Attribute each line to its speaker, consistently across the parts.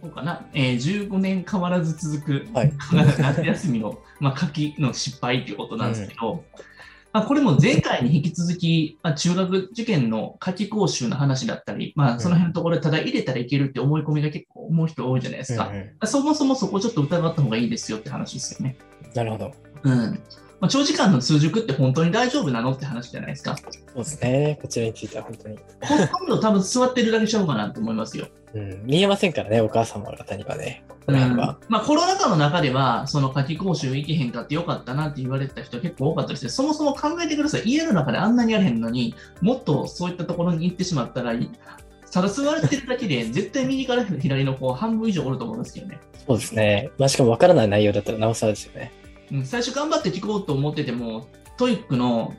Speaker 1: こうかな、えー、15年変わらず続く、
Speaker 2: はい
Speaker 1: 夏休みの、まあ、夏季の失敗っていうことなんですけど、まあ、これも前回に引き続き、まあ、中学受験の夏季講習の話だったり、まあ、その辺のところでただ入れたらいけるって思い込みが結構思う人多いじゃないですか。
Speaker 2: うんう
Speaker 1: そもそもそこちょっと疑った方がいいですよって話ですよね。
Speaker 2: んなるほど。
Speaker 1: うん。まあ、長時間の通塾って本当に大丈夫なのって話じゃないですか。
Speaker 2: そうですね。こちらについては本当に。
Speaker 1: ほとんど多分座ってるだけちゃうかなと思いますよ。
Speaker 2: うん、見えませんからね、お母様方にはね。こ
Speaker 1: う
Speaker 2: の
Speaker 1: ん
Speaker 2: 辺は
Speaker 1: ま。あ、コロナ禍の中では、その夏季講習行けへんかってよかったなって言われてた人結構多かったですね。そもそも考えてください。家の中であんなにやれへんのに、もっとそういったところに行ってしまったら、ただ座れてるだけで、絶対右から左の方半分以上おると思うんですけどね。
Speaker 2: そうですね。まあ、しかも分からない内容だったらなおさらですよね。
Speaker 1: うん、最初頑張って聞こうと思ってても、トイックの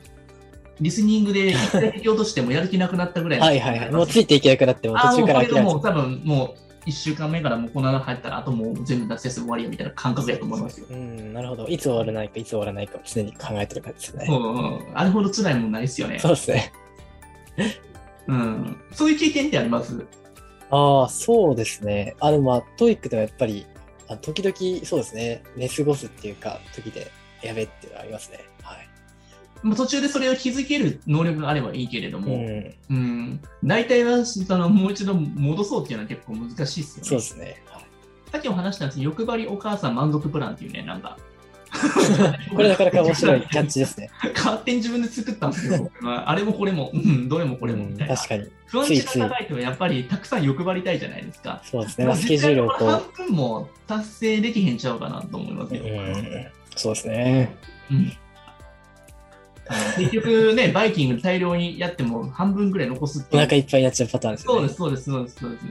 Speaker 1: リスニング で一回聞き落としてもやる気なくなったぐらいの
Speaker 2: はいはいはい。もうついていけなくなって、もう
Speaker 1: ああ、
Speaker 2: 途
Speaker 1: も
Speaker 2: 中
Speaker 1: う
Speaker 2: か
Speaker 1: こ
Speaker 2: ら
Speaker 1: れ
Speaker 2: 諦
Speaker 1: が
Speaker 2: め
Speaker 1: も
Speaker 2: て
Speaker 1: う多分もう1週間目からもうこの穴入ったら、あともう全部脱出終わりやみたいな感覚やと思いますよ。
Speaker 2: うん、なるほど。いつ終わらないか、いつ終わらないかを常に考えてる感じです
Speaker 1: う
Speaker 2: ね。
Speaker 1: んうん、あれほど辛いもんないですよね
Speaker 2: そ。うですね。
Speaker 1: うん、そういう経験ってあります
Speaker 2: ああ、そうですね。あ、でもまあ、トイックではやっぱり、あ時々、そうですね。寝過ごすっていうか、時で、やべっていうのはありますね。はい。
Speaker 1: もう途中でそれを気づける能力があればいいけれど
Speaker 2: う
Speaker 1: も、
Speaker 2: ん、
Speaker 1: うん大体はそのもう一度戻そうっていうのは結構難しいですよね。
Speaker 2: そうですね。はい
Speaker 1: さっきも話したんですけど、欲張りお母さん満足プランっていうね、なんか。
Speaker 2: これなかなか面白いキャッチですね。
Speaker 1: 勝手に自分で作ったんですよ。まああれもこれも、うん、どれもこれもみたいな。
Speaker 2: 確かに。
Speaker 1: 不安値が高いとやっぱりたくさん欲張りたいじゃないですか。
Speaker 2: そうですね。まあ、スケジュールをこう
Speaker 1: 半。分も達成できへんちゃうかなと思いますよ。
Speaker 2: うん、そうですね。
Speaker 1: うん 結局ね、バイキング大量にやっても半分ぐらい残すって
Speaker 2: お
Speaker 1: いう
Speaker 2: 腹いっぱいになっちゃうパターンです
Speaker 1: そう
Speaker 2: よ
Speaker 1: で
Speaker 2: ね。
Speaker 1: す、そうです、そうです、そうです。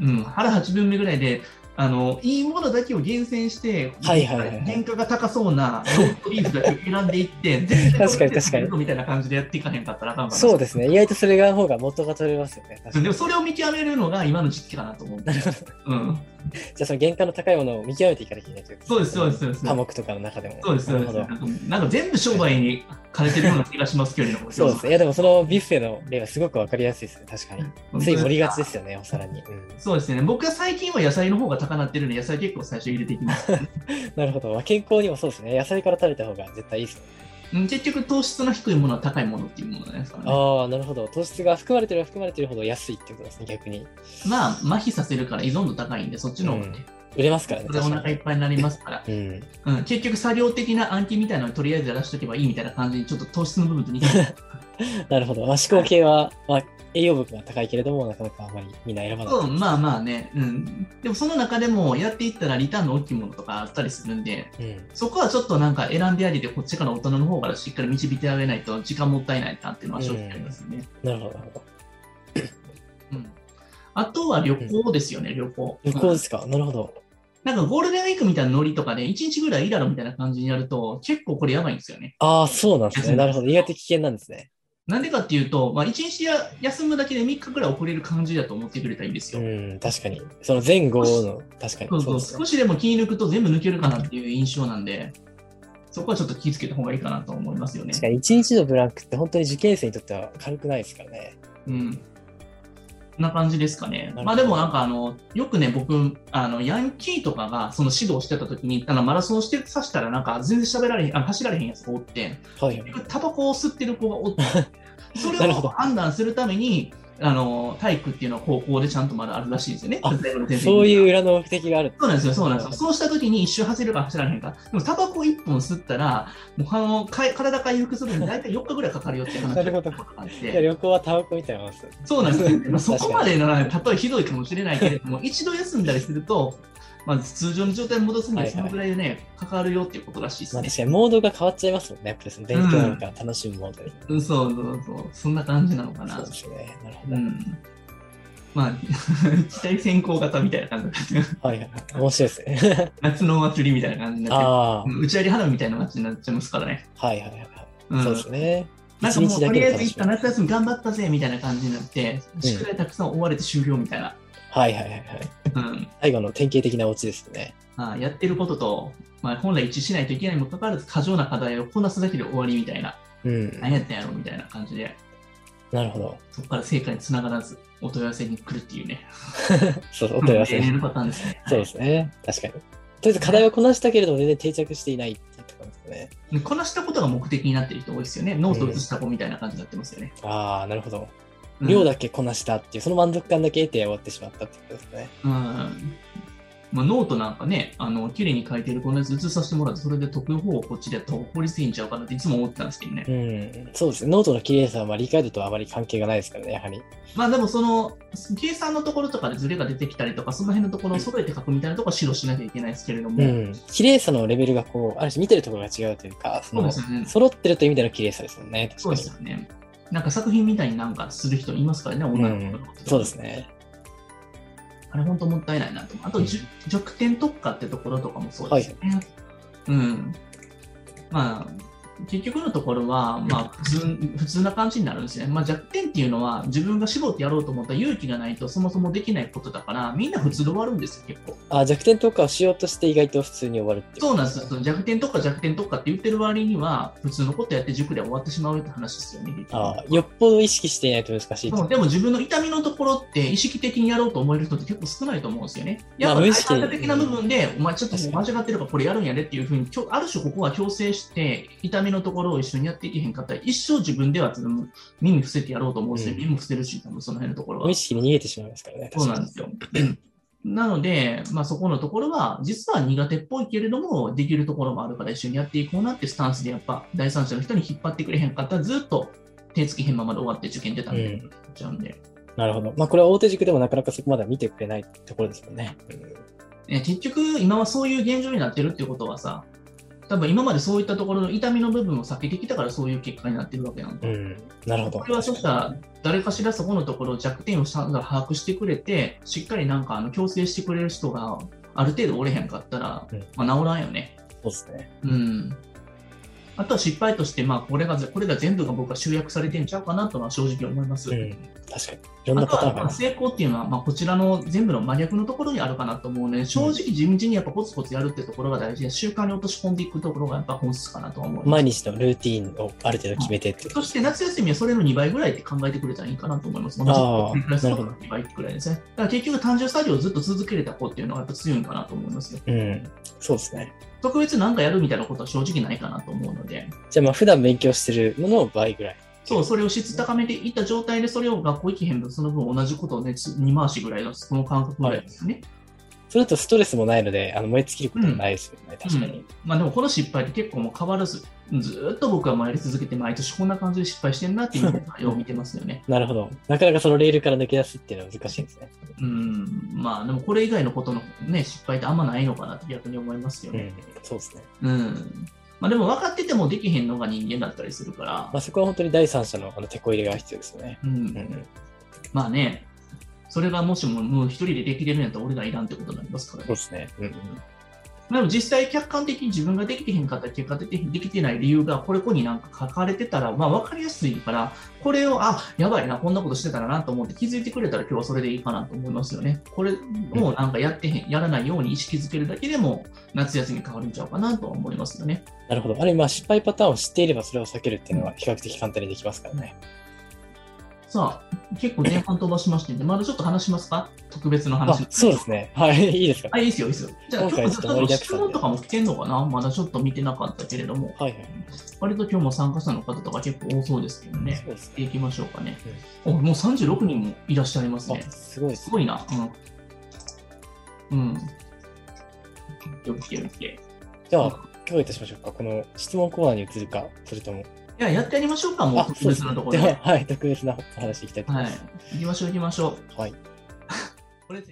Speaker 1: うん、腹8分目ぐらいで、あの、いいものだけを厳選して、
Speaker 2: はいはいはいはい
Speaker 1: 原価が高そうなローストビーフだけ選んでい って、全然
Speaker 2: 確かに確かに
Speaker 1: みたいな感じでやっていかへんかったらあかんかな
Speaker 2: そうですね。意外とそれが方が元が取れますよね。確か
Speaker 1: で
Speaker 2: に
Speaker 1: もそれを見極めるのが今の時期かなと思う。うん、
Speaker 2: じゃあその原価の高いものを見極めていかなきゃいけないという
Speaker 1: そうです、そうです、そうです。
Speaker 2: 科目とかの中でも。
Speaker 1: そうです、そうです。
Speaker 2: なる
Speaker 1: なん
Speaker 2: ほど
Speaker 1: かなんか全部商売に兼ねてるような気がしますけれども。
Speaker 2: そうですね。いやでもそのビュッフェの例はすごくわかりやすいですね。確かに。
Speaker 1: 本当
Speaker 2: つい
Speaker 1: ですか
Speaker 2: 盛りがちですよね、お皿に。うん
Speaker 1: そうですね。僕は最近は野菜の方が高なってるんで、野菜結構最初入れていき ます。
Speaker 2: なるほど。まあ健康にもそうですね。野菜から食べた方が絶対いいですね。
Speaker 1: うん結局、糖質の低いものは高いものっていうものじゃないですかね。
Speaker 2: ああ、なるほど。糖質が含まれてる含まれてるほど安いってことですね、逆に。
Speaker 1: まあ、麻痺させるから依存度高いんで、そっちの方がね、
Speaker 2: 売れますからね。
Speaker 1: それでお
Speaker 2: 確か
Speaker 1: 腹いっぱいになります から、
Speaker 2: にうん。
Speaker 1: うん、結局、作業的な暗記みたいなのをとりあえずやらしとけばいいみたいな感じに、ちょっと糖質の部分と似てる。
Speaker 2: なるほど。まあ、思考系は、まあ、栄養分が高いけれども、なかなかあまりみんな選ばない。
Speaker 1: うん、まあまあね、うん。でも、その中でも、やっていったらリターンの大きいものとかあったりするんで、
Speaker 2: うん。
Speaker 1: そこはちょっとなんか選んであげて、こっちから大人の方からしっかり導いてあげないと時間もったいないなっていうのは正直ありますね。
Speaker 2: なるほど、なるほど。
Speaker 1: うんあとは旅行ですよね、旅行。
Speaker 2: 旅行ですか、なるほど。
Speaker 1: なんかゴールデンウィークみたいなノリとかで、1日ぐらいいいだろみたいな感じにやると、結構これやばいんですよね。
Speaker 2: ああ、そうなんです
Speaker 1: 休み
Speaker 2: ね。なるほど。意外と危険なんですね。
Speaker 1: なんでかっていうと、まあ、1日や休むだけで3日ぐらい遅れる感じだと思ってくれたらいいです
Speaker 2: う
Speaker 1: よ。
Speaker 2: ん、確かに。その前後の、確かに。
Speaker 1: そうそう
Speaker 2: ですね
Speaker 1: 少しでも気抜くと全部抜けるかなっていう印象なんで、そこはちょっと気をつけた方がいいかなと思いますよね。
Speaker 2: 確かに、一日のブランクって本当に受験生にとっては軽くないですからね。
Speaker 1: うん。こんな感じですかね
Speaker 2: ほ。ど
Speaker 1: まあでもなんかあの、よくね、僕、あの、ヤンキーとかがその指導してた時に、あの、マラソンしてさしたらなんか全然喋られへん、あ走られへんやつがおって、
Speaker 2: はい。
Speaker 1: タバコを吸ってる子がお って、それ
Speaker 2: なる
Speaker 1: を
Speaker 2: ほど
Speaker 1: 判断するために、あの、体育っていうのは高校でちゃんとまだあるらしいですよね。
Speaker 2: あ
Speaker 1: 先生の先生に
Speaker 2: そういう裏の目的がある。
Speaker 1: そうなんですよ、そうなんですよ。そうした時に一周走るか走らへんか。でも、タバコ一本吸ったら、もうあのかい体回復するのに大体4日ぐらいかかるよっていう話
Speaker 2: なるほど
Speaker 1: があって
Speaker 2: いや旅行はタバコみたいなもんです。
Speaker 1: そうなんですよ、まあ、
Speaker 2: 確か
Speaker 1: そ
Speaker 2: に
Speaker 1: こまでの例えひどいかもしれないけれども、 一度休んだりすると、まあ、通常の状態に戻すには
Speaker 2: はい
Speaker 1: そ
Speaker 2: はい
Speaker 1: のぐらいでね、かかるよっていうことらしいです
Speaker 2: まあ、
Speaker 1: ね。
Speaker 2: 確かに、モードが変わっちゃいますもんね。やっぱりその勉強なのか、楽しむモードに。
Speaker 1: うん、そうそうそう、そんな感じなのか
Speaker 2: そ
Speaker 1: な
Speaker 2: うで。すね。なるほ
Speaker 1: う
Speaker 2: ど。
Speaker 1: ん。まあ、 期待先行型みたいな感じ で、
Speaker 2: はいはい。面白いですね。
Speaker 1: 夏のお祭りみたいな感じになって
Speaker 2: あ
Speaker 1: うん、打ち上げ花火みたいな街になっちゃいますからね。
Speaker 2: あ、はいはいはいはい。
Speaker 1: うん、
Speaker 2: そうですね。
Speaker 1: なんかもう、とりあえず
Speaker 2: 一
Speaker 1: 一
Speaker 2: 日
Speaker 1: 旦
Speaker 2: だけで楽
Speaker 1: 夏休
Speaker 2: しむ
Speaker 1: み頑張ったぜみたいな感じになって、宿題たくさん追われて終了みたいな。
Speaker 2: はいはいはいはい。
Speaker 1: うん
Speaker 2: 最後の典型的なオチですね。
Speaker 1: まあ、やってることと、まあ、本来一致しないといけないにもかかわらず、過剰な課題をこなすだけで終わりみたいな、
Speaker 2: うん。
Speaker 1: 何やったんやろみたいな感じで、
Speaker 2: なるほど。
Speaker 1: そこから成果につながらず、お問い合わせに来るっていうね、
Speaker 2: そう、お問い合わせ
Speaker 1: 例。のパターンですね。
Speaker 2: そうですね。確かに。とりあえず課題はこなしたけれども、全然定着していないっていうところですかね。
Speaker 1: でこなしたことが目的になってる人多いですよね。ノートを写した子みたいな感じになってますよね。
Speaker 2: ああ、なるほど。
Speaker 1: うん
Speaker 2: 量だけこなしたっていう、その満足感だけ得て終わってしまったってことですね。
Speaker 1: うんまあ、ノートなんかね、あの綺麗に書いてるこのやつ写させてもらって、それで解く方をこっちでやった方が効率いいんちゃうかなっていつも思ってたんですけどね。
Speaker 2: うん、そうですね。ノートの綺麗さはまあ理解度とはあまり関係がないですからね、やはり。
Speaker 1: まあでもその計算のところとかでズレが出てきたりとか、その辺のところを揃えて書くみたいなところは指導しなきゃいけないですけれども、
Speaker 2: うん。綺麗さのレベルがこう、ある種見てるところが違うというか、そ
Speaker 1: そう
Speaker 2: の
Speaker 1: です、よね。
Speaker 2: 揃ってるという意味での綺麗さですもんね。確
Speaker 1: そう
Speaker 2: か
Speaker 1: で
Speaker 2: に
Speaker 1: す。よね。なんか作品みたいになんかする人いますからね、
Speaker 2: う
Speaker 1: 女の子
Speaker 2: ん
Speaker 1: とか、
Speaker 2: そうですね。
Speaker 1: あれ本当もったいないなと思う。あと、じゅ弱点特化ってところとかもそうですよね。うん。まあ、結局のところは、まあ、普通、普通な感じになるんですね。まあ、弱点っていうのは、自分が絞ってやろうと思ったら勇気がないとそもそもできないことだから、みんな普通で終わるんですよ、結構。
Speaker 2: あ弱点とかをしようとして意外と普通に終わるっていう。
Speaker 1: そうなんですよ。その弱点特化、弱点特化って言ってる割には、普通のことやって塾で終わってしまうよって話ですよね、結局
Speaker 2: あーよっぽど意識していないと難しい
Speaker 1: で
Speaker 2: と。
Speaker 1: もでも自分の痛みのところって意識的にやろうと思える人って結構少ないと思うんですよね。やっぱ
Speaker 2: まあ無
Speaker 1: り
Speaker 2: 意識に
Speaker 1: 体的な部分で、お前ちょっと
Speaker 2: 確
Speaker 1: 間
Speaker 2: か
Speaker 1: 違ってるからこれやるんやでっていうふうに、きょある種ここは強制して痛みのところを一緒にやっていけへんかったら、一生自分ではその耳伏せてやろうと思うし、
Speaker 2: うん
Speaker 1: 耳伏せるし、多分その辺のところは
Speaker 2: 無意。識に逃げてしまいますからね。
Speaker 1: そうなんですよ。なので、まあ、そこのところは、実は苦手っぽいけれども、できるところもあるから一緒にやっていこうなってスタンスで、やっぱ第三者の人に引っ張ってくれへんかったら、ずっと手つきへんままで終わって受験出たみたいになっちゃうんで。
Speaker 2: なるほど。まあ、これは大手塾でもなかなかそこまでは見てくれないところですもんね。
Speaker 1: ね結局、今はそういう現状になってるってことはさ、多分今までそういったところの痛みの部分を避けてきたからそういう結果になってるわけなん
Speaker 2: う
Speaker 1: で、
Speaker 2: ん。なるほど
Speaker 1: こ。れはそしたら誰かしらそこのところ弱点をさが把握してくれて、しっかりなんかあの強制してくれる人がある程度おれへんかったら
Speaker 2: うん、
Speaker 1: まあ、治らんよね。
Speaker 2: そうですね。
Speaker 1: うん。あとは失敗として、まあこれが、これら全部が僕は集約されてんちゃうかなとは正直思います。
Speaker 2: うん。確かに。いろん
Speaker 1: あ
Speaker 2: な
Speaker 1: と
Speaker 2: パター
Speaker 1: は
Speaker 2: ン
Speaker 1: ま
Speaker 2: があり
Speaker 1: あ
Speaker 2: ます。
Speaker 1: 成功っていうのは、まあ、こちらの全部の真逆のところにあるかなと思うので、正直地道にやっぱコツコツやるってところが大事で、習慣に落とし込んでいくところがやっぱ本質かなとは思います。
Speaker 2: 毎日のルーティンをある程度決めてっていう
Speaker 1: そして夏休みはそれの2倍ぐらいって考えてくれたらいいかなと思います。同じ
Speaker 2: あー
Speaker 1: 繰り返すこと
Speaker 2: な
Speaker 1: の2倍ぐらいですね。だから結局単純作業をずっと続けれた子っていうのはやっぱ強いんかなと思いますよ。
Speaker 2: うん。そうですね。
Speaker 1: 特別なんかやるみたいなことは正直ないかなと思うので、
Speaker 2: じゃあ、まあ、普段勉強してるものを倍ぐらい。
Speaker 1: そう、それを質高めていった状態で、それを学校行きへん分、その分同じことをね、2回しぐらいの、その感覚ぐらいですね。
Speaker 2: それだとストレスもないので、あの燃え尽きることもないですよね。確かに。
Speaker 1: まあでもこの失敗って結構もう変わらず、ずーっと僕はもうやり続けて、毎年こんな感じで失敗してんなっていうのをよう見てますよね。
Speaker 2: なるほど。なかなかそのレールから抜け出すっていうのは難しいですね。
Speaker 1: うん、まあでもこれ以外のことのね、失敗ってあんまないのかなって逆に思いますよ
Speaker 2: う
Speaker 1: ね
Speaker 2: ん。。そうですね。
Speaker 1: うん。まあでも分かっててもできへんのが人間だったりするから
Speaker 2: まあ、、そこは本当に第三者のあの手こ入れが必要ですよね。
Speaker 1: う、
Speaker 2: うんん。
Speaker 1: まあね、それがもしももう一人でできれるんやったら俺がいらんってことになりますから
Speaker 2: そうですね。うん。
Speaker 1: まあでも実際客観的に自分ができてへんかった結果的にできてない理由がこれこになんか書かれてたら、まあ分かりやすいから、これを、あ、やばいな、こんなことしてたらなと思って気づいてくれたら今日はそれでいいかなと思いますよね。これもなんかやってへん、やらないように意識づけるだけでも夏休み変わるんちゃうかなとは思いますよね。
Speaker 2: なるほど。ある意味、まあ、失敗パターンを知っていればそれを避けるっていうのは比較的簡単にできますからね。
Speaker 1: さあ、結構前半飛ばしましてんで、まだちょっと話しますか特別の話
Speaker 2: あ。、そうですね。はい。 いいですか。
Speaker 1: あ、いいですよ、いいですよ。じゃあ、
Speaker 2: 今
Speaker 1: 今
Speaker 2: 回
Speaker 1: 日
Speaker 2: ちょっ
Speaker 1: ち
Speaker 2: と
Speaker 1: ょっ
Speaker 2: 盛り
Speaker 1: と
Speaker 2: だく
Speaker 1: 質
Speaker 2: さんで
Speaker 1: 問とかも来てんのかなまだちょっと見てなかったけれども、
Speaker 2: はいはい。
Speaker 1: 割と今日も参加者の方とか結構多そうですけどね。
Speaker 2: そうです
Speaker 1: いきましょうかね。おもう36人もいらっしゃいます
Speaker 2: ね。
Speaker 1: ね
Speaker 2: あ、。すごいです
Speaker 1: す
Speaker 2: ね。
Speaker 1: ごいな。うん。うん。よく来てる来て。い
Speaker 2: じゃあ、今日いたしましょうか。この質問コーナーに移るか、それとも。
Speaker 1: や、やってやりましょうか、もう特別なところ
Speaker 2: で
Speaker 1: で。
Speaker 2: は、はい、特別なお話いきたいと思
Speaker 1: はいい
Speaker 2: ます。。
Speaker 1: 行きましょう、行きましょう。
Speaker 2: はい。
Speaker 1: これで